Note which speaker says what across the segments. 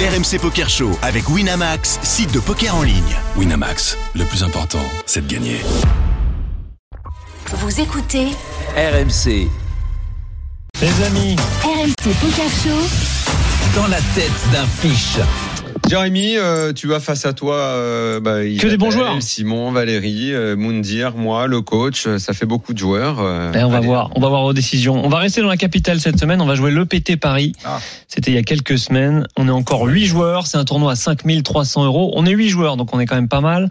Speaker 1: RMC Poker Show avec Winamax, site de poker en ligne.
Speaker 2: Winamax, le plus important, c'est de gagner.
Speaker 3: Vous écoutez
Speaker 4: RMC,
Speaker 5: Les amis,
Speaker 3: RMC Poker Show.
Speaker 4: dans la tête d'un fiche.
Speaker 6: Jérémy, euh, tu as face à toi euh, bah, il
Speaker 5: Que des bons
Speaker 6: appelle,
Speaker 5: joueurs.
Speaker 6: Simon, Valérie, euh, Moundir, moi, le coach. euh, Ça fait beaucoup de joueurs. euh,
Speaker 5: Eh, on va
Speaker 6: allez.
Speaker 5: voir, on va voir aux décisions. On va rester dans la capitale cette semaine, on va jouer l'EPT Paris.
Speaker 6: Ah.
Speaker 5: C'était il y a quelques semaines. On est encore 8 joueurs, c'est un tournoi à 5300 euros. On est 8 joueurs, donc on est quand même pas mal.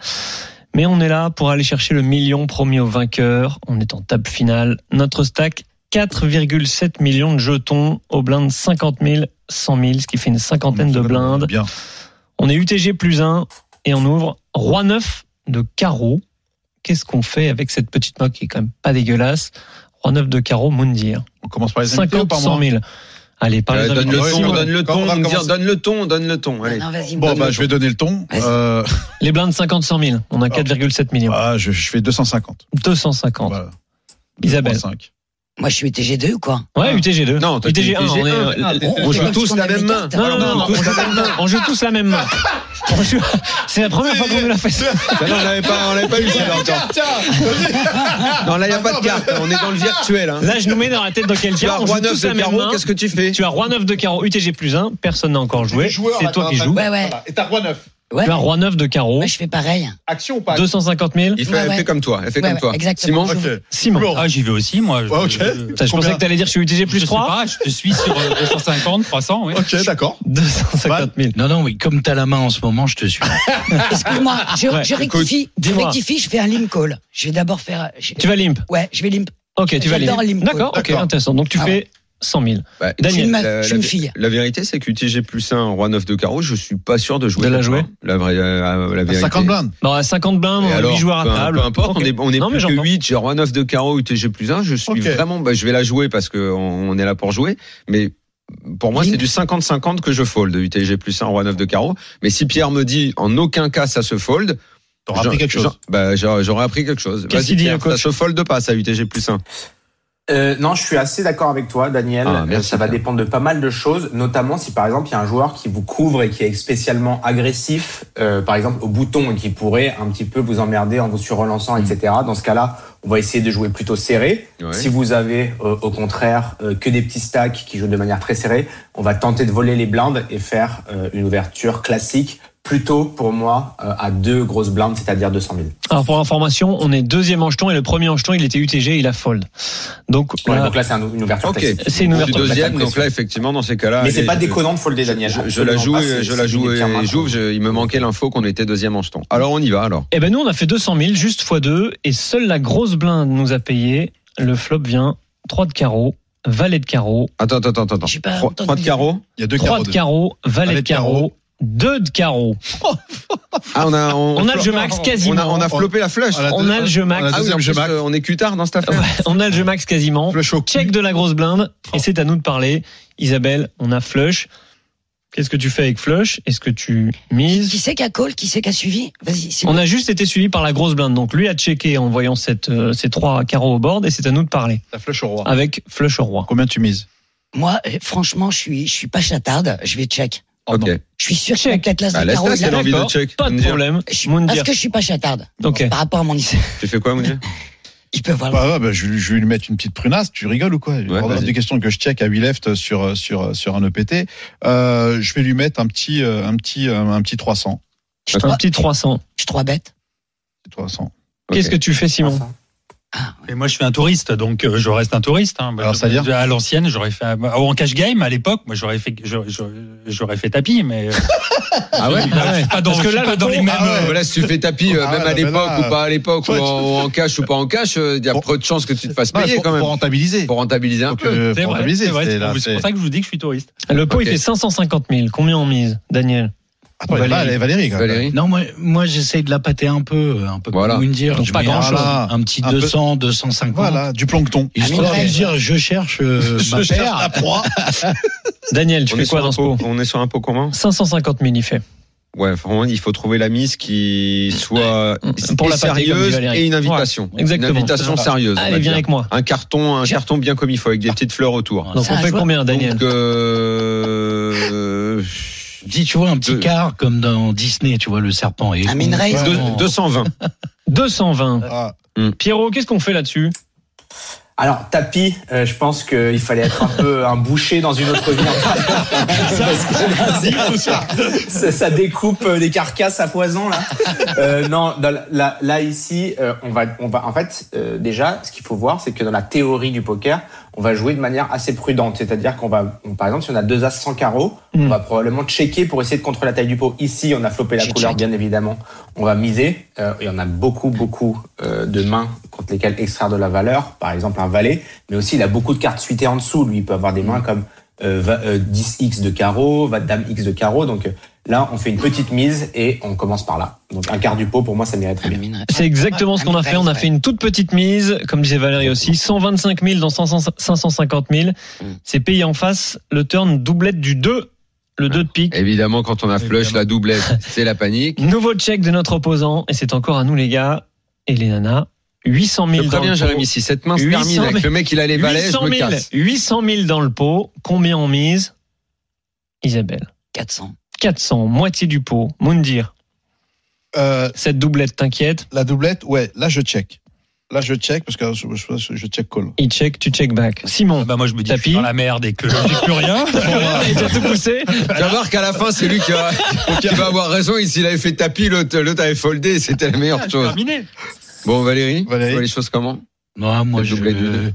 Speaker 5: Mais on est là pour aller chercher le million promis au vainqueur. On est en table finale. Notre stack, 4,7 millions de jetons aux blindes 50 000, 100 000, ce qui fait une cinquantaine de blindes.
Speaker 7: Bien.
Speaker 5: On est UTG plus 1 et on ouvre Roi 9 de carreau. Qu'est-ce qu'on fait avec cette petite note qui est quand même pas dégueulasse Roi 9 de carreau, Moundir.
Speaker 7: On commence par les invités ou
Speaker 5: 50,
Speaker 7: par
Speaker 5: 100
Speaker 7: moi
Speaker 5: 000. Allez, par
Speaker 6: Euh,
Speaker 5: les
Speaker 6: donne,
Speaker 5: invités.
Speaker 6: le
Speaker 7: Simon,
Speaker 6: ton, donne le
Speaker 7: quand on
Speaker 6: ton,
Speaker 7: va
Speaker 6: Moundir,
Speaker 7: commencer-
Speaker 6: donne le ton, donne le ton.
Speaker 8: Ah,
Speaker 6: Allez.
Speaker 7: Bon, bah, je vais donner le ton. Euh,
Speaker 5: Les blindes 50, 100 000. On a 4,7 millions.
Speaker 7: ah, je, je fais 250.
Speaker 5: 250.
Speaker 7: Voilà.
Speaker 5: Isabelle.
Speaker 7: 2,5.
Speaker 8: Moi, je suis TG2 ou quoi
Speaker 5: Ouais, UTG2.
Speaker 6: Ah. Non, toi, t'es-
Speaker 5: UTG1.
Speaker 6: t'es
Speaker 5: on, est,
Speaker 6: G1,
Speaker 5: euh,
Speaker 6: t'es- t'es-
Speaker 5: on joue
Speaker 6: t'es-
Speaker 5: tous.
Speaker 6: hein. tous la même main.
Speaker 5: Non, non, non,
Speaker 6: non,
Speaker 5: on, joue on joue tous la même main. On joue- C'est la première fois qu'on me l'a fait.
Speaker 6: Ah non, on l'avait pas, on l'avait pas eu celle-là encore. Non, là, il n'y a pas de carte. On est dans le virtuel. hein.
Speaker 5: Là, je nous mets dans la tête dans quel
Speaker 6: Tu as
Speaker 5: cas. On joue
Speaker 6: roi
Speaker 5: tous
Speaker 6: 9
Speaker 5: la
Speaker 6: de
Speaker 5: même
Speaker 6: carreau,
Speaker 5: main.
Speaker 6: qu'est-ce que tu fais
Speaker 5: Tu as roi 9 de carreau, UTG plus 1, personne n'a encore joué.
Speaker 7: joueur,
Speaker 5: C'est toi
Speaker 7: attends,
Speaker 5: qui
Speaker 7: attends,
Speaker 5: joues.
Speaker 8: Ouais, ouais.
Speaker 7: Voilà. Et t'as roi 9.
Speaker 8: Ouais.
Speaker 5: Tu as roi 9 de carreau,
Speaker 8: Moi, je fais pareil.
Speaker 7: Action ou pas
Speaker 5: 250 000.
Speaker 6: Il fait,
Speaker 8: Ouais,
Speaker 6: elle
Speaker 8: ouais.
Speaker 6: fait comme toi. Elle fait
Speaker 8: Ouais,
Speaker 6: comme
Speaker 8: ouais,
Speaker 6: toi.
Speaker 8: exactement.
Speaker 6: Simon,
Speaker 7: Ok.
Speaker 5: Simon.
Speaker 7: Bon.
Speaker 9: Ah, j'y vais aussi, moi.
Speaker 7: Ouais, ok.
Speaker 5: Putain, je pensais
Speaker 7: combien
Speaker 5: que t'allais dire que je suis UTG plus
Speaker 9: je
Speaker 5: 3.
Speaker 9: sais pas, je te suis sur euh, 250, 300, oui.
Speaker 7: Ok, d'accord.
Speaker 5: 250 000.
Speaker 4: Non, non, oui, comme t'as la main en ce moment, je te suis.
Speaker 8: Excuse-moi, je,
Speaker 5: Ouais,
Speaker 8: je rectifie. Je
Speaker 5: dis-moi.
Speaker 8: rectifie, je fais un limp call. Je vais d'abord faire. je-
Speaker 5: Tu vas limp.
Speaker 8: Ouais, je vais limp.
Speaker 5: Ok, tu vas
Speaker 8: J'adore
Speaker 5: limp.
Speaker 8: limp.
Speaker 5: D'accord, ok,
Speaker 7: D'accord.
Speaker 5: intéressant. Donc tu
Speaker 8: Ah
Speaker 5: fais 100 000.
Speaker 6: bah,
Speaker 5: Daniel,
Speaker 8: Je suis une, meuf,
Speaker 6: la-
Speaker 8: je suis
Speaker 6: la-
Speaker 8: une fille.
Speaker 6: La vérité, c'est qu'UTG plus 1, roi 9 de carreau, je suis pas sûr de jouer.
Speaker 5: De la
Speaker 6: cette
Speaker 5: jouer
Speaker 6: main. La, vraie, euh, la
Speaker 7: À
Speaker 6: vérité.
Speaker 7: 50 blindes.
Speaker 5: Bon, à 50 blindes,
Speaker 6: Et
Speaker 5: on a
Speaker 6: alors,
Speaker 5: 8 joueurs à
Speaker 6: peu,
Speaker 5: table.
Speaker 6: peu
Speaker 5: Ok.
Speaker 6: importe, on est, on est
Speaker 5: Non, mais
Speaker 6: plus que
Speaker 5: j'entends.
Speaker 6: 8, j'ai roi 9 de carreau, UTG plus 1, je suis
Speaker 7: Ok.
Speaker 6: vraiment, bah, je vais la jouer parce que on, on est là pour jouer, mais pour moi, c'est du 50-50 que je fold, UTG plus 1, roi 9 de carreau. Mais si Pierre me dit, en aucun cas, ça se fold.
Speaker 7: T'auras appris
Speaker 6: j'aurais-
Speaker 7: quelque chose.
Speaker 6: bah, j'aurais j'aurais appris quelque chose.
Speaker 5: Qu'est-ce
Speaker 6: Vas-y,
Speaker 5: qu'il dit,
Speaker 6: Pierre,
Speaker 5: le coach
Speaker 6: Ça se fold pas, ça, UTG plus 1.
Speaker 10: Euh, non, je suis assez d'accord avec toi, Daniel.
Speaker 6: Ah, merci,
Speaker 10: Euh, ça va
Speaker 6: Pierre.
Speaker 10: dépendre de pas mal de choses, notamment si par exemple il y a un joueur qui vous couvre et qui est spécialement agressif, euh, par exemple au bouton et qui pourrait un petit peu vous emmerder en vous surrelançant, etc. Dans ce cas-là, on va essayer de jouer plutôt serré.
Speaker 6: Mm. Ouais.
Speaker 10: Si vous avez euh, au contraire euh, que des petits stacks qui jouent de manière très serrée, on va tenter de voler les blindes et faire euh, une ouverture classique, plutôt pour moi euh, à deux grosses blindes, c'est-à-dire 200 000.
Speaker 5: Alors pour information, on est deuxième en jeton et le premier en jeton, il était UTG, il a fold. Donc
Speaker 10: Ouais,
Speaker 5: là,
Speaker 10: donc là, c'est un- une ouverture
Speaker 6: Ok.
Speaker 10: classique.
Speaker 5: c'est une
Speaker 6: Je suis
Speaker 5: ouverture.
Speaker 6: deuxième, donc là, effectivement, dans ces cas-là.
Speaker 10: Mais c'est
Speaker 6: allez,
Speaker 10: pas
Speaker 6: Ah, je-
Speaker 10: déconnant de folder, Daniel.
Speaker 6: Je, je la
Speaker 10: Absolument
Speaker 6: joue,
Speaker 10: pas,
Speaker 6: et
Speaker 10: c'est-
Speaker 6: je la
Speaker 10: c'est
Speaker 6: joue
Speaker 10: des pires
Speaker 6: et
Speaker 10: marques.
Speaker 6: j'ouvre. je- Il me manquait l'info qu'on était deuxième en jeton. Alors on y va alors.
Speaker 5: Eh ben nous, on a fait 200 000, juste x2, et seule la grosse blinde nous a payé. Le flop vient 3 de carreau, valet de carreau,
Speaker 6: Attends, attends, attends, attends.
Speaker 8: Je suis pas
Speaker 6: Trois-
Speaker 8: entendu.
Speaker 6: trois de carreau.
Speaker 7: Il y a deux
Speaker 5: 3
Speaker 7: carreaux.
Speaker 5: de carreau, valet
Speaker 7: Valet
Speaker 5: de
Speaker 7: de
Speaker 5: carreau, 2 de carreau.
Speaker 6: Ah, on a, on,
Speaker 5: On a le jeu max
Speaker 6: on
Speaker 5: quasiment.
Speaker 6: a, on a floppé la flush.
Speaker 7: Ah, la
Speaker 5: On
Speaker 7: deux-
Speaker 5: a le jeu max.
Speaker 7: on a
Speaker 6: Ah oui,
Speaker 7: deuxième
Speaker 6: en
Speaker 7: jeu
Speaker 6: plus,
Speaker 7: max.
Speaker 6: euh, on est tard
Speaker 5: Ah
Speaker 6: dans cette affaire.
Speaker 5: On a le jeu max quasiment.
Speaker 7: Flush au
Speaker 5: Check de la grosse blinde. Et c'est à nous de parler. Isabelle, on a flush. Qu'est-ce que tu fais avec flush Est-ce que tu
Speaker 8: Qui
Speaker 5: mises
Speaker 8: c'est qui a call Qui c'est qui a suivi Vas-y, c'est
Speaker 5: On a juste été suivi par la grosse blinde. Donc lui a checké en voyant cette, euh, ces trois carreaux au board. Et c'est à nous de parler.
Speaker 7: La flush au roi.
Speaker 5: Avec flush au roi.
Speaker 7: Combien tu mises
Speaker 8: Moi, euh, franchement, je suis, je suis pas chatarde. Je vais check.
Speaker 7: Oh,
Speaker 6: ok.
Speaker 7: non.
Speaker 8: Je suis sûr que
Speaker 5: Check.
Speaker 8: la tête là,
Speaker 6: Bah, laisse la
Speaker 8: carreau, il
Speaker 6: si elle a
Speaker 8: a-
Speaker 6: envie de
Speaker 5: D'accord.
Speaker 6: check.
Speaker 5: Pas de
Speaker 6: Moundir,
Speaker 5: problème.
Speaker 8: je suis-
Speaker 5: Moundir.
Speaker 8: Parce que je suis pas chatarde.
Speaker 5: Ok.
Speaker 8: Par rapport à mon lycée.
Speaker 6: Tu fais quoi, Moundir
Speaker 8: Il peut
Speaker 5: Ah.
Speaker 8: voir.
Speaker 7: Bah ouais, bah, je, vais lui- je vais lui mettre une petite prunasse. Tu rigoles ou quoi
Speaker 6: Ouais,
Speaker 7: Hors
Speaker 6: vas-y.
Speaker 7: de question que je check à 8 left sur euh, sur euh, sur un EPT. Euh, je vais lui mettre un petit euh, un petit euh, un petit 300.
Speaker 8: Je
Speaker 5: Un
Speaker 8: trois-
Speaker 5: petit 300.
Speaker 8: je trois bêtes.
Speaker 7: 300.
Speaker 5: Qu'est-ce que tu fais, Simon
Speaker 9: Et moi, je suis un touriste, donc euh, je reste un touriste. Hein. Bah,
Speaker 7: Alors,
Speaker 9: je-
Speaker 7: c'est-à-dire
Speaker 9: À l'ancienne, j'aurais fait. un- En cash game, à l'époque, moi, j'aurais fait, je- je- j'aurais fait tapis, mais. euh,
Speaker 6: Ah ouais.
Speaker 9: je suis pas dans,
Speaker 5: Parce que
Speaker 9: je suis
Speaker 5: là,
Speaker 9: pas
Speaker 5: le
Speaker 9: dans les
Speaker 5: con-
Speaker 9: mêmes.
Speaker 7: ah ouais.
Speaker 9: euh,
Speaker 6: Voilà, si tu fais tapis, euh,
Speaker 7: Ah,
Speaker 6: même à
Speaker 7: là,
Speaker 6: l'époque
Speaker 7: là,
Speaker 6: ou pas à l'époque, ou
Speaker 7: toi, tu-
Speaker 6: en, en cash ou pas en cash, euh, il y a
Speaker 7: Bon.
Speaker 6: peu de chances que tu te fasses
Speaker 7: Non,
Speaker 6: payer
Speaker 7: pour,
Speaker 6: quand même.
Speaker 7: pour rentabiliser.
Speaker 6: Pour rentabiliser un
Speaker 7: Faut que-
Speaker 6: peu.
Speaker 7: faut
Speaker 9: C'est vrai,
Speaker 7: rentabiliser,
Speaker 9: c'est vrai,
Speaker 7: Ah, c'est
Speaker 9: c'est
Speaker 7: là,
Speaker 9: pour- c'est
Speaker 7: c'est-
Speaker 9: pour ça que je vous dis que je suis touriste.
Speaker 5: Le pot,
Speaker 6: Ok.
Speaker 5: il fait 550 000. Combien on mise, Daniel
Speaker 7: Attends, il y a
Speaker 5: Valérie.
Speaker 7: pas- Ah, bah, Valérie. quand même.
Speaker 6: Valérie.
Speaker 4: Non, moi, moi j'essaye de la pâter un peu, euh, un peu
Speaker 6: Voilà.
Speaker 4: comme une dire.
Speaker 5: Donc,
Speaker 4: je
Speaker 5: pas
Speaker 4: mets
Speaker 5: grand-chose.
Speaker 4: un- Un petit
Speaker 7: Un peu-
Speaker 4: 200, 250.
Speaker 7: Voilà, du plancton.
Speaker 4: Histoire
Speaker 8: Ah,
Speaker 4: de
Speaker 8: mais-
Speaker 4: dire, je cherche euh,
Speaker 7: Je
Speaker 4: ma
Speaker 7: cherche
Speaker 4: paire.
Speaker 7: la proie.
Speaker 5: Daniel, tu
Speaker 6: On
Speaker 5: fais
Speaker 6: est,
Speaker 5: quoi
Speaker 6: sur
Speaker 5: dans
Speaker 6: un
Speaker 5: ce pot
Speaker 6: pot, on est sur un pot commun
Speaker 5: 550 000, il fait.
Speaker 6: Ouais, vraiment, il faut trouver la mise qui soit
Speaker 5: Mm. Pour la pâter, comme dit
Speaker 6: et sérieuse
Speaker 5: Valérie.
Speaker 6: et une invitation.
Speaker 5: Ouais, exactement.
Speaker 6: Une invitation sérieuse. on va
Speaker 5: Allez,
Speaker 6: dire.
Speaker 5: viens avec moi.
Speaker 6: Un carton, un carton bien comme il faut, avec des petites fleurs autour.
Speaker 5: Donc
Speaker 8: C'est
Speaker 5: on
Speaker 8: un
Speaker 5: fait
Speaker 8: joueur.
Speaker 5: combien, Daniel
Speaker 6: Donc, euh,
Speaker 4: dis, tu vois, un petit
Speaker 6: Deux.
Speaker 4: quart comme dans Disney, tu vois, le serpent. Et
Speaker 8: Un min raise.
Speaker 4: Ouais,
Speaker 6: Deux-
Speaker 4: non.
Speaker 6: 220.
Speaker 5: 220.
Speaker 7: Ah,
Speaker 5: Pierrot, qu'est-ce qu'on fait là-dessus
Speaker 10: Alors, tapis, euh, je pense qu'il fallait être un peu un boucher dans une autre vie. Parce
Speaker 9: Ah,
Speaker 10: que là, ça, ça découpe euh, des carcasses à poison, là. Euh, non, dans la- la- là, ici, euh, on, va, on va. En fait, euh, déjà, ce qu'il faut voir, c'est que dans la théorie du poker, on va jouer de manière assez prudente. C'est-à-dire qu'on va. on- par exemple, si on a deux as sans carreau, on va probablement checker pour essayer de contrôler la taille du pot. Ici, on a flopé la
Speaker 8: Je
Speaker 10: couleur,
Speaker 8: check.
Speaker 10: bien évidemment. On va miser. euh, et on a beaucoup, beaucoup euh, de mains contre lesquelles extraire de la valeur. Par exemple, un valet. Mais aussi, il a beaucoup de cartes suitées en dessous. Lui, il peut avoir des mains comme euh, va- euh, 10x de carreau, va- dame x de carreau. Donc euh, là, on fait une petite mise et on commence par là. Donc un quart du pot, pour moi, ça m'irait très bien.
Speaker 5: C'est exactement ce qu'on a fait. On a fait une toute petite mise, comme disait Valérie aussi, 125 000 dans 500 550 000. C'est payé en face, le turn doublette du 2, le 2 de pique.
Speaker 6: Évidemment, quand on a flush
Speaker 7: Évidemment.
Speaker 6: la doublette, c'est la panique.
Speaker 5: Nouveau check de notre opposant, et c'est encore à nous les gars et les nanas. 800
Speaker 6: Je
Speaker 5: 000 dans
Speaker 6: préviens,
Speaker 5: le
Speaker 6: Jérémy,
Speaker 5: pot.
Speaker 6: si cette main se
Speaker 5: 800
Speaker 6: termine avec
Speaker 5: 000.
Speaker 6: le mec, il a les valets, je
Speaker 5: 800
Speaker 6: me
Speaker 5: 000,
Speaker 6: casse.
Speaker 5: 800 000 dans le pot. Combien on mise Isabelle.
Speaker 8: 400.
Speaker 5: 400, moitié du pot. Moundir,
Speaker 7: euh,
Speaker 5: cette doublette t'inquiète.
Speaker 7: la doublette, ouais, là je check. Là je check parce que je, je- je check call.
Speaker 5: Il check, tu check back.
Speaker 6: Ah
Speaker 5: Simon.
Speaker 9: Bah moi je me dis que je suis
Speaker 5: Tapis.
Speaker 9: dans la merde et que j'ai plus rien.
Speaker 5: Il a tout poussé.
Speaker 6: Tu vas voir qu'à la fin, c'est lui qui va, qui va avoir raison. Et S'il avait fait tapis, l'autre l'autre avait foldé. C'était la meilleure chose.
Speaker 9: Terminé.
Speaker 6: Bon, Valérie,
Speaker 7: Valérie.
Speaker 6: tu vois les choses comment
Speaker 4: Non, moi,
Speaker 6: Le
Speaker 4: je-
Speaker 6: doublé du deux.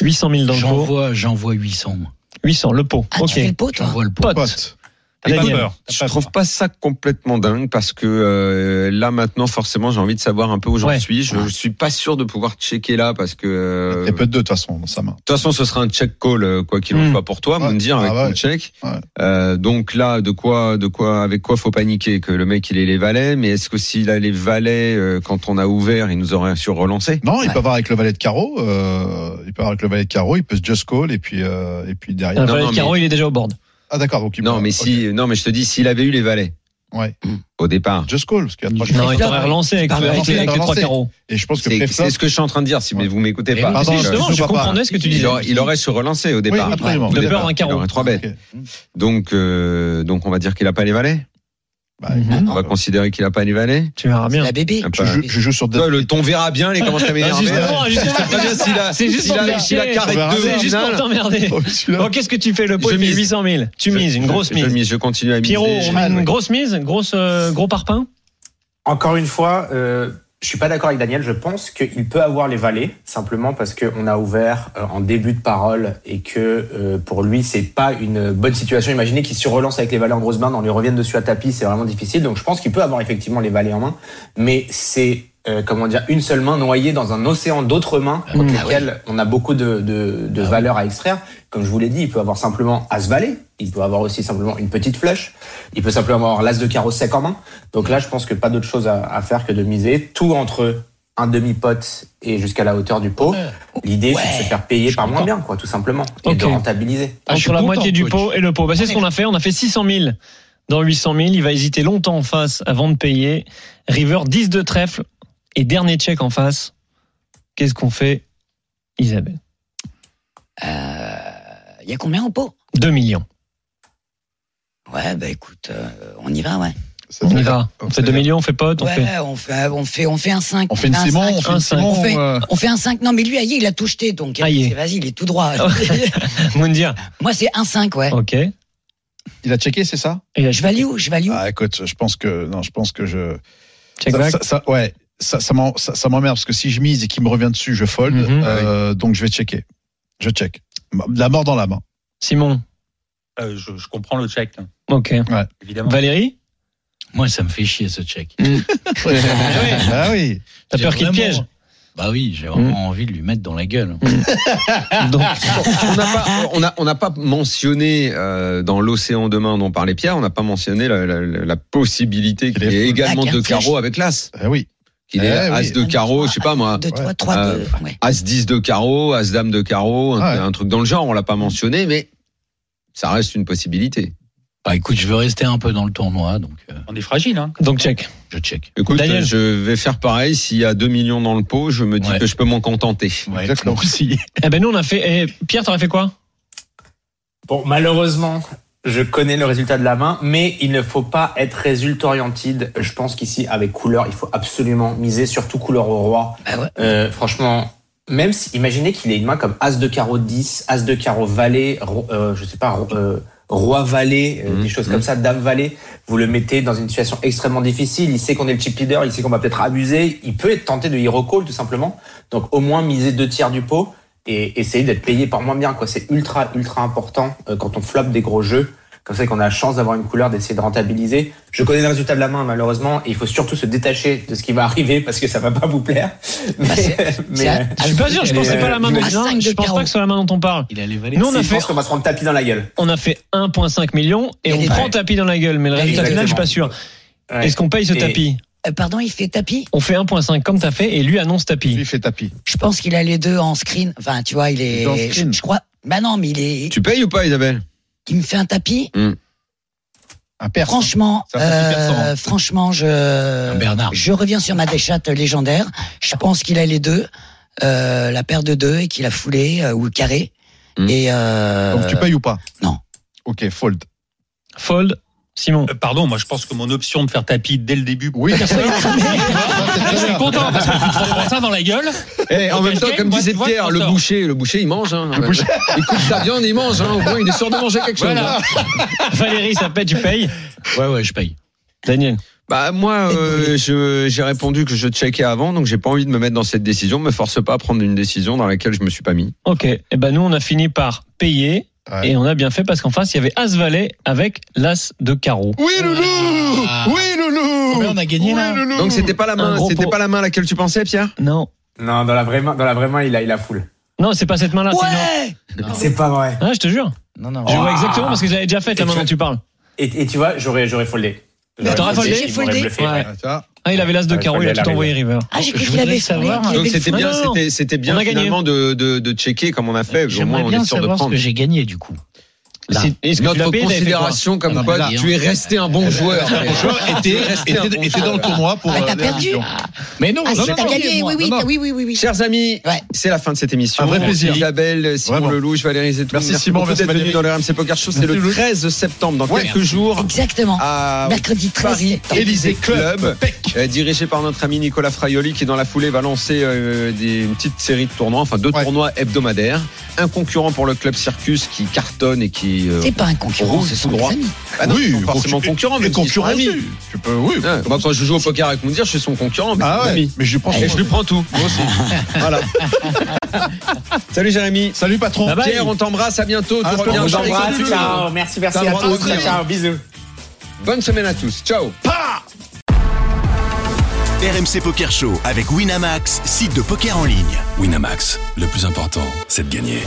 Speaker 5: 800 000 dans le pot.
Speaker 4: j'envoie, j'envoie 800.
Speaker 5: 800, le pot.
Speaker 8: Ah,
Speaker 5: ok.
Speaker 8: tu fais le pot, toi
Speaker 4: J'envoie le pot.
Speaker 5: Pote.
Speaker 7: Pote.
Speaker 9: T'as pas
Speaker 5: Daniel.
Speaker 9: peur.
Speaker 6: Je trouve pas ça complètement dingue parce que euh, là maintenant forcément j'ai envie de savoir un peu où j'en
Speaker 5: Ouais.
Speaker 6: suis. Je, je suis pas sûr de pouvoir checker là parce que euh,
Speaker 7: Il y a peu de deux de toute façon dans sa main.
Speaker 6: de toute façon, ce sera un check call euh, quoi qu'il en
Speaker 5: Mm.
Speaker 6: soit pour toi,
Speaker 7: Ouais.
Speaker 6: me dire
Speaker 7: Ah
Speaker 6: avec
Speaker 7: ouais.
Speaker 6: ton check.
Speaker 7: Ouais.
Speaker 6: Euh, donc là, de quoi, de quoi, avec quoi faut paniquer que le mec il ait les valets, mais est-ce que s'il a les valets euh, quand on a ouvert, il nous aurait sur relancé
Speaker 7: Non, il
Speaker 8: Ouais.
Speaker 7: peut avoir avec le valet de carreau. euh, il peut avoir avec le valet de carreau. Il peut se just call et puis euh, et puis derrière.
Speaker 5: Un
Speaker 6: Non,
Speaker 5: valet de
Speaker 6: non,
Speaker 5: carreau, il est déjà au board.
Speaker 7: Ah d'accord. Donc il
Speaker 6: Non,
Speaker 7: peut-
Speaker 6: mais
Speaker 7: ok.
Speaker 6: si, euh, non, mais je te dis s'il avait eu les valets
Speaker 7: Ouais.
Speaker 6: au départ.
Speaker 7: Just call parce qu'il y a trois
Speaker 5: Non,
Speaker 7: carreaux.
Speaker 5: il t'aurait relancé avec,
Speaker 7: Il
Speaker 5: avec,
Speaker 7: t'aurait relancé,
Speaker 5: les- avec
Speaker 7: il
Speaker 5: les trois
Speaker 7: t'aurait
Speaker 5: carreaux.
Speaker 7: Et je pense que
Speaker 6: C'est
Speaker 7: préflop.
Speaker 6: c'est ce que je suis en train de dire si mais
Speaker 7: Ouais.
Speaker 6: vous m'écoutez
Speaker 5: Et Eh
Speaker 6: pas.
Speaker 5: oui,
Speaker 7: Pardon,
Speaker 5: c'est justement,
Speaker 7: je
Speaker 5: je
Speaker 7: comprends pas.
Speaker 5: comprenais ce que tu
Speaker 7: Il
Speaker 5: disais.
Speaker 6: il, aurait, il aurait se relancé au
Speaker 7: Oui,
Speaker 6: départ.
Speaker 7: absolument.
Speaker 5: De
Speaker 7: Au
Speaker 5: peur
Speaker 7: départ.
Speaker 5: un
Speaker 6: Il
Speaker 5: carreau.
Speaker 6: aurait trois bêtes.
Speaker 7: Ok.
Speaker 6: Donc, euh, donc on va dire qu'il a pas les valets.
Speaker 7: Bah,
Speaker 5: Mhm.
Speaker 7: écoute,
Speaker 6: On va considérer qu'il a pas les valets.
Speaker 5: Tu verras Ah, bien. bah,
Speaker 8: La bébé.
Speaker 6: Un
Speaker 7: je,
Speaker 6: peu.
Speaker 7: joue- je joue sur deux.
Speaker 6: Toi, le ton verra bien, les commence à m'énerver.
Speaker 5: Justement, justement,
Speaker 6: Très bien, s'il a-
Speaker 5: C'est juste
Speaker 6: s'il
Speaker 5: pour
Speaker 6: a-
Speaker 5: faire
Speaker 6: s'il a
Speaker 5: chier.
Speaker 6: carré
Speaker 7: On verra
Speaker 6: deux
Speaker 7: bien.
Speaker 5: C'est juste
Speaker 6: finales,
Speaker 5: pour t'emmerder.
Speaker 7: Oh, celui-là.
Speaker 5: Bon, qu'est-ce que tu fais Le pot,
Speaker 6: Je
Speaker 5: il fait
Speaker 6: mise.
Speaker 5: 800 000. Tu mises, une grosse
Speaker 6: je, je
Speaker 5: mise.
Speaker 6: mise, je continue à miser.
Speaker 5: Pierrot, on met
Speaker 7: Ah,
Speaker 5: une
Speaker 7: oui.
Speaker 5: grosse mise, grosse, euh, gros parpaing.
Speaker 10: Encore une fois, euh, je suis pas d'accord avec Daniel. Je pense qu'il peut avoir les valets simplement parce qu'on a ouvert euh, en début de parole et que euh, pour lui c'est pas une bonne situation. Imaginez qu'il se relance avec les valets en grosse main, on lui revienne dessus à tapis, c'est vraiment difficile. Donc je pense qu'il peut avoir effectivement les valets en main, mais c'est euh, comment dire une seule main noyée dans un océan d'autres mains contre
Speaker 5: Mmh.
Speaker 10: lesquelles on a beaucoup de, de, de valeur à extraire. Comme je vous l'ai dit, il peut avoir simplement as valet, il peut avoir aussi simplement une petite flush, il peut simplement avoir l'as de carreau sec en main. Donc là, je pense que pas d'autre chose à, à faire que de miser tout entre un demi-pote et jusqu'à la hauteur du pot. L'idée, c'est de se faire payer par moins bien, quoi, tout simplement, et de
Speaker 5: Ok.
Speaker 10: rentabiliser.
Speaker 7: Ah, je suis
Speaker 5: entre la
Speaker 7: content,
Speaker 5: moitié du
Speaker 7: coach.
Speaker 5: pot et le pot. Bah, c'est ce qu'on a fait. On a fait 600 000 dans 800 000. Il va hésiter longtemps en face avant de payer. River 10 de trèfle et dernier check en face. Qu'est-ce qu'on fait, Isabelle
Speaker 8: Il y a combien au pot
Speaker 5: 2 millions.
Speaker 8: Ouais, bah écoute, euh, on y va, ouais.
Speaker 7: Ça,
Speaker 5: On y
Speaker 7: ça-
Speaker 5: va. On fait 2 millions, on fait pote, on fait.
Speaker 8: Ouais, on fait, on fait, on fait un 5.
Speaker 7: On fait une Simon, on fait
Speaker 5: un
Speaker 7: une
Speaker 5: cinq.
Speaker 7: Simon.
Speaker 8: On fait-
Speaker 7: ou, euh,
Speaker 8: On fait un 5. Non, mais lui, Aïe, il a tout jeté, donc euh,
Speaker 5: Aïe.
Speaker 8: c'est- vas-y, il est tout droit.
Speaker 7: Ah
Speaker 5: Moundir.
Speaker 8: Moi, c'est un 5, ouais.
Speaker 5: Ok. Et
Speaker 7: Il a checké, c'est ça
Speaker 5: là,
Speaker 8: Je value, je value.
Speaker 7: Ah écoute, je pense que non, je pense que je.
Speaker 5: Check
Speaker 7: ça-
Speaker 5: back.
Speaker 7: ça, ça- ouais, ça, ça m'en- ça- ça m'emmerde parce que si je mise et qu'il me revient dessus, je fold.
Speaker 5: Mhm.
Speaker 7: euh, Donc je vais checker. Je check. La mort dans la main.
Speaker 5: Simon.
Speaker 9: Euh, je, je comprends le check, hein,
Speaker 5: Ok.
Speaker 9: évidemment.
Speaker 5: Valérie
Speaker 4: Moi, ça me fait chier, ce check.
Speaker 7: ah oui.
Speaker 5: T'as
Speaker 4: J'ai
Speaker 5: peur qu'il te
Speaker 4: vraiment-
Speaker 5: piège
Speaker 4: Bah oui, j'ai vraiment
Speaker 6: Hmm.
Speaker 4: envie de lui mettre dans la gueule.
Speaker 5: Donc,
Speaker 6: on n'a pas, on a- on n'a pas mentionné euh, dans l'océan demain dont parlait Pierre, on n'a pas mentionné la, la- la- la possibilité qu'il y ait
Speaker 7: Ah,
Speaker 6: également
Speaker 8: qu'il y a
Speaker 6: deux
Speaker 8: un flush.
Speaker 6: carreaux avec l'as.
Speaker 7: Ah oui.
Speaker 6: Qu'il
Speaker 7: Eh
Speaker 6: ait
Speaker 7: oui.
Speaker 6: as de carreau, je sais pas moi.
Speaker 8: 2, 3,
Speaker 7: Ouais. Euh,
Speaker 8: 3, 2. Ouais.
Speaker 6: As 10 de carreau, as dame de carreau, un,
Speaker 7: Ouais.
Speaker 6: un truc dans le genre, on l'a pas mentionné, mais ça reste une possibilité.
Speaker 4: Bah écoute, je veux rester un peu dans le tournoi, donc euh,
Speaker 9: On est fragile, hein.
Speaker 5: donc check.
Speaker 4: je check.
Speaker 6: Écoute, euh,
Speaker 5: Daniel.
Speaker 6: je vais faire pareil. S'il y a 2 millions dans le pot, je me dis
Speaker 4: Ouais.
Speaker 6: que je peux m'en contenter.
Speaker 4: Ouais,
Speaker 7: Exactement.
Speaker 4: moi aussi.
Speaker 5: Eh ben, nous, on a fait. eh, Pierre, t'aurais fait quoi
Speaker 10: Bon, malheureusement, Je connais le résultat de la main, mais il ne faut pas être résultat oriented. Je pense qu'ici, avec couleur, il faut absolument miser, surtout couleur au roi.
Speaker 8: Bah ouais.
Speaker 10: Euh, franchement, même si, imaginez qu'il ait une main comme As de carreau 10, As de carreau valet, ro- euh, je sais pas, ro- euh, roi valet, euh,
Speaker 6: Mhm,
Speaker 10: des choses comme ça, dame valet, vous le mettez dans une situation extrêmement difficile, il sait qu'on est le chip leader, il sait qu'on va peut-être abuser, il peut être tenté de hero call tout simplement. Donc au moins miser deux tiers du pot et essayer d'être payé par moins bien quoi, c'est ultra ultra important euh, quand on floppe des gros jeux. Comme ça qu'on a la chance d'avoir une couleur, d'essayer de rentabiliser. Je connais le résultat de la main malheureusement, et il faut surtout se détacher de ce qui va arriver parce que ça va pas vous plaire. Mais,
Speaker 8: Bah, c'est- c'est à-
Speaker 5: Je suis pas sûr, je pense que c'est pas la main dont
Speaker 8: À cinq de
Speaker 5: Je pense
Speaker 8: carreau.
Speaker 5: pas que c'est la main dont on parle.
Speaker 4: Il a les valets.
Speaker 5: Nous, on a
Speaker 10: Si, Je
Speaker 5: fait,
Speaker 10: pense qu'on va se prendre tapis dans la gueule.
Speaker 5: on a fait 1,5 million et
Speaker 8: Et
Speaker 5: on
Speaker 8: les-
Speaker 5: prend
Speaker 10: Ouais.
Speaker 5: tapis dans la gueule. Mais le résultat final, je suis pas sûr.
Speaker 10: Ouais.
Speaker 5: Est-ce qu'on paye ce
Speaker 10: Et-
Speaker 5: tapis
Speaker 8: Euh, pardon, il fait tapis.
Speaker 5: On fait 1,5 comme t'as fait et lui annonce tapis.
Speaker 7: Lui fait tapis.
Speaker 8: Je pense qu'il a les deux en screen. Enfin, tu vois, il
Speaker 7: Les deux en
Speaker 8: est. Je,
Speaker 7: screen.
Speaker 8: je crois. Bah non, mais il est.
Speaker 6: Tu payes ou pas, Isabelle
Speaker 8: Il me fait un tapis.
Speaker 7: Un perse.
Speaker 8: Franchement,
Speaker 7: C'est un tapis
Speaker 8: euh,
Speaker 7: persan, hein.
Speaker 8: franchement, je.
Speaker 4: Un Bernard.
Speaker 8: Je reviens sur ma déchatte légendaire. Je pense qu'il a les deux, euh, la paire de deux et qu'il a foulé euh, ou carré.
Speaker 6: Hmm.
Speaker 8: Et euh,
Speaker 7: Donc tu payes ou pas
Speaker 8: non.
Speaker 7: Ok, fold.
Speaker 5: Fold, Simon.
Speaker 9: Euh, Pardon, moi je pense que mon option de faire tapis dès le début.
Speaker 7: Oui,
Speaker 9: personne.
Speaker 7: très
Speaker 9: je suis
Speaker 7: bien.
Speaker 9: content parce que tu te reprends ça dans la gueule.
Speaker 6: Eh, en
Speaker 9: Ok,
Speaker 6: même temps,
Speaker 9: ok,
Speaker 6: comme
Speaker 9: moi,
Speaker 6: disait
Speaker 9: tu vois,
Speaker 6: Pierre,
Speaker 9: je
Speaker 6: le
Speaker 9: m'en sors.
Speaker 6: boucher, le boucher, il mange. Hein,
Speaker 7: Le boucher.
Speaker 6: Il coupe sa viande, il mange. Hein, au moins, il est sûr de manger quelque chose. hein.
Speaker 5: Voilà. Valérie, ça pète, tu payes.
Speaker 4: Ouais, ouais, je paye.
Speaker 5: Daniel.
Speaker 6: Bah moi, euh, je- j'ai répondu que je checkais avant, donc j'ai pas envie de me mettre dans cette décision. Me force pas à prendre une décision dans laquelle je me suis pas mis.
Speaker 5: Ok. Et ben nous, on a fini par payer.
Speaker 7: Ouais.
Speaker 5: Et on a bien fait parce qu'en face, il y avait As Valet avec l'As de carreau.
Speaker 7: Oui, loulou
Speaker 4: Ah.
Speaker 7: Oui,
Speaker 6: Oh.
Speaker 7: loulou
Speaker 4: Combien on a gagné,
Speaker 7: Oui,
Speaker 4: là
Speaker 7: loulou
Speaker 6: Donc c'était pas la
Speaker 5: Un
Speaker 6: main,
Speaker 5: gros
Speaker 6: c'était
Speaker 5: pot.
Speaker 6: pas la main à laquelle tu pensais, Pierre.
Speaker 5: Non.
Speaker 10: Non, dans la vraie main, dans la vraie main, il a, il a foule.
Speaker 5: Non, c'est pas cette main-là. c'est une autre.
Speaker 8: ouais.
Speaker 4: Non.
Speaker 10: C'est pas vrai.
Speaker 5: Ah, je te jure.
Speaker 8: Non non.
Speaker 5: Je
Speaker 10: Oh.
Speaker 5: vois exactement parce que j'avais déjà fait la
Speaker 10: Et
Speaker 5: main
Speaker 10: tu-
Speaker 5: dont tu parles.
Speaker 10: Et, et tu vois, j'aurais, j'aurais foldé. J'aurais
Speaker 5: T'aurais foldé
Speaker 10: Bah, ils m'auraient
Speaker 8: Foldé
Speaker 10: bluffé, ouais.
Speaker 7: Ah, tu vois.
Speaker 5: Ah, il avait l'As de
Speaker 10: Ouais,
Speaker 5: carreau,
Speaker 10: faut
Speaker 5: il a
Speaker 10: aller à
Speaker 5: tout
Speaker 10: la
Speaker 5: envoyé river.
Speaker 8: Ah, j'ai
Speaker 4: Je
Speaker 8: cru qu'il
Speaker 4: voudrais
Speaker 8: avait foulé.
Speaker 4: savoir.
Speaker 8: qu'il
Speaker 6: Donc
Speaker 8: avait
Speaker 6: c'était
Speaker 8: foulé.
Speaker 6: bien,
Speaker 5: Non, non.
Speaker 6: c'était c'était
Speaker 5: On
Speaker 6: bien
Speaker 5: a gagné.
Speaker 6: finalement de, de de checker comme on a fait. Au moins
Speaker 4: J'aimerais
Speaker 6: on
Speaker 4: bien
Speaker 6: est sûr de
Speaker 4: savoir ce
Speaker 6: prendre.
Speaker 4: que j'ai gagné du coup. Là.
Speaker 5: C'est- est-ce que tu l'as
Speaker 6: Notre
Speaker 5: payé, t'avais fait quoi
Speaker 6: considération comme
Speaker 4: Alors,
Speaker 6: quoi
Speaker 4: là,
Speaker 6: tu es resté un bon joueur.
Speaker 7: Un bon joueur était, était, était dans le tournoi pour.
Speaker 8: Ah,
Speaker 7: euh,
Speaker 8: t'as
Speaker 7: les
Speaker 8: perdu
Speaker 7: révisions.
Speaker 4: Mais non,
Speaker 8: Ah,
Speaker 4: non,
Speaker 8: si, t'as
Speaker 4: non,
Speaker 8: gagné.
Speaker 4: moi,
Speaker 8: Oui oui,
Speaker 4: non, non.
Speaker 8: t'as- oui oui oui oui.
Speaker 6: Chers amis,
Speaker 8: Ouais.
Speaker 6: c'est la fin de cette émission.
Speaker 7: Un vrai
Speaker 6: Merci
Speaker 7: plaisir.
Speaker 6: Isabelle, Simon
Speaker 7: Vraiment.
Speaker 6: Lelouch, Valérie Zetoun.
Speaker 7: Merci Simon,
Speaker 6: beaucoup
Speaker 7: merci
Speaker 6: d'être venu
Speaker 7: Valérie.
Speaker 6: dans le RMC Poker Show. C'est
Speaker 7: Merci
Speaker 6: le
Speaker 7: Lelouch.
Speaker 6: 13 septembre, dans
Speaker 7: Ouais.
Speaker 6: quelques jours,
Speaker 8: Exactement.
Speaker 4: Ah,
Speaker 6: à
Speaker 8: Mercredi 13
Speaker 6: Paris,
Speaker 8: septembre.
Speaker 6: Élysée Club,
Speaker 7: Pec.
Speaker 6: euh, dirigé par notre ami Nicolas Fraioli, qui dans la foulée va lancer euh, des, une petite série de tournois, enfin deux
Speaker 7: Ouais.
Speaker 6: tournois hebdomadaires. Un concurrent pour le club Circus qui cartonne et qui... euh,
Speaker 8: C'est pas un concurrent,
Speaker 6: Rouge,
Speaker 8: ce sont
Speaker 6: tout
Speaker 8: des
Speaker 6: droit.
Speaker 8: amis.
Speaker 6: ah non,
Speaker 7: Oui,
Speaker 6: ils sont forcément
Speaker 7: concurrent-
Speaker 6: concurrent, mais
Speaker 7: Et concurrent
Speaker 6: ami.
Speaker 7: aussi. Tu peux, oui.
Speaker 6: Ah, moi, quand je joue au poker avec Moundir, je suis son concurrent. mais
Speaker 7: Ah
Speaker 6: c'est mon
Speaker 7: ouais,
Speaker 6: ami.
Speaker 7: mais je lui prends
Speaker 6: Et je
Speaker 7: son-
Speaker 6: lui prends tout, moi aussi. voilà. Salut Jérémy.
Speaker 7: Salut patron.
Speaker 5: Bye bye.
Speaker 6: Pierre, on t'embrasse, à bientôt.
Speaker 7: Ah,
Speaker 6: Tu
Speaker 7: je te
Speaker 6: reviens.
Speaker 10: On
Speaker 7: Jean-Luc
Speaker 10: t'embrasse,
Speaker 7: Lelouch.
Speaker 10: ciao. Merci, merci
Speaker 7: T'as le
Speaker 10: à
Speaker 7: droit de
Speaker 10: tous.
Speaker 7: revenir.
Speaker 10: Ciao, bisous.
Speaker 6: Bonne semaine à tous. Ciao.
Speaker 1: RMC Poker Show avec Winamax, site de poker en ligne.
Speaker 2: Winamax, le plus important, c'est de gagner.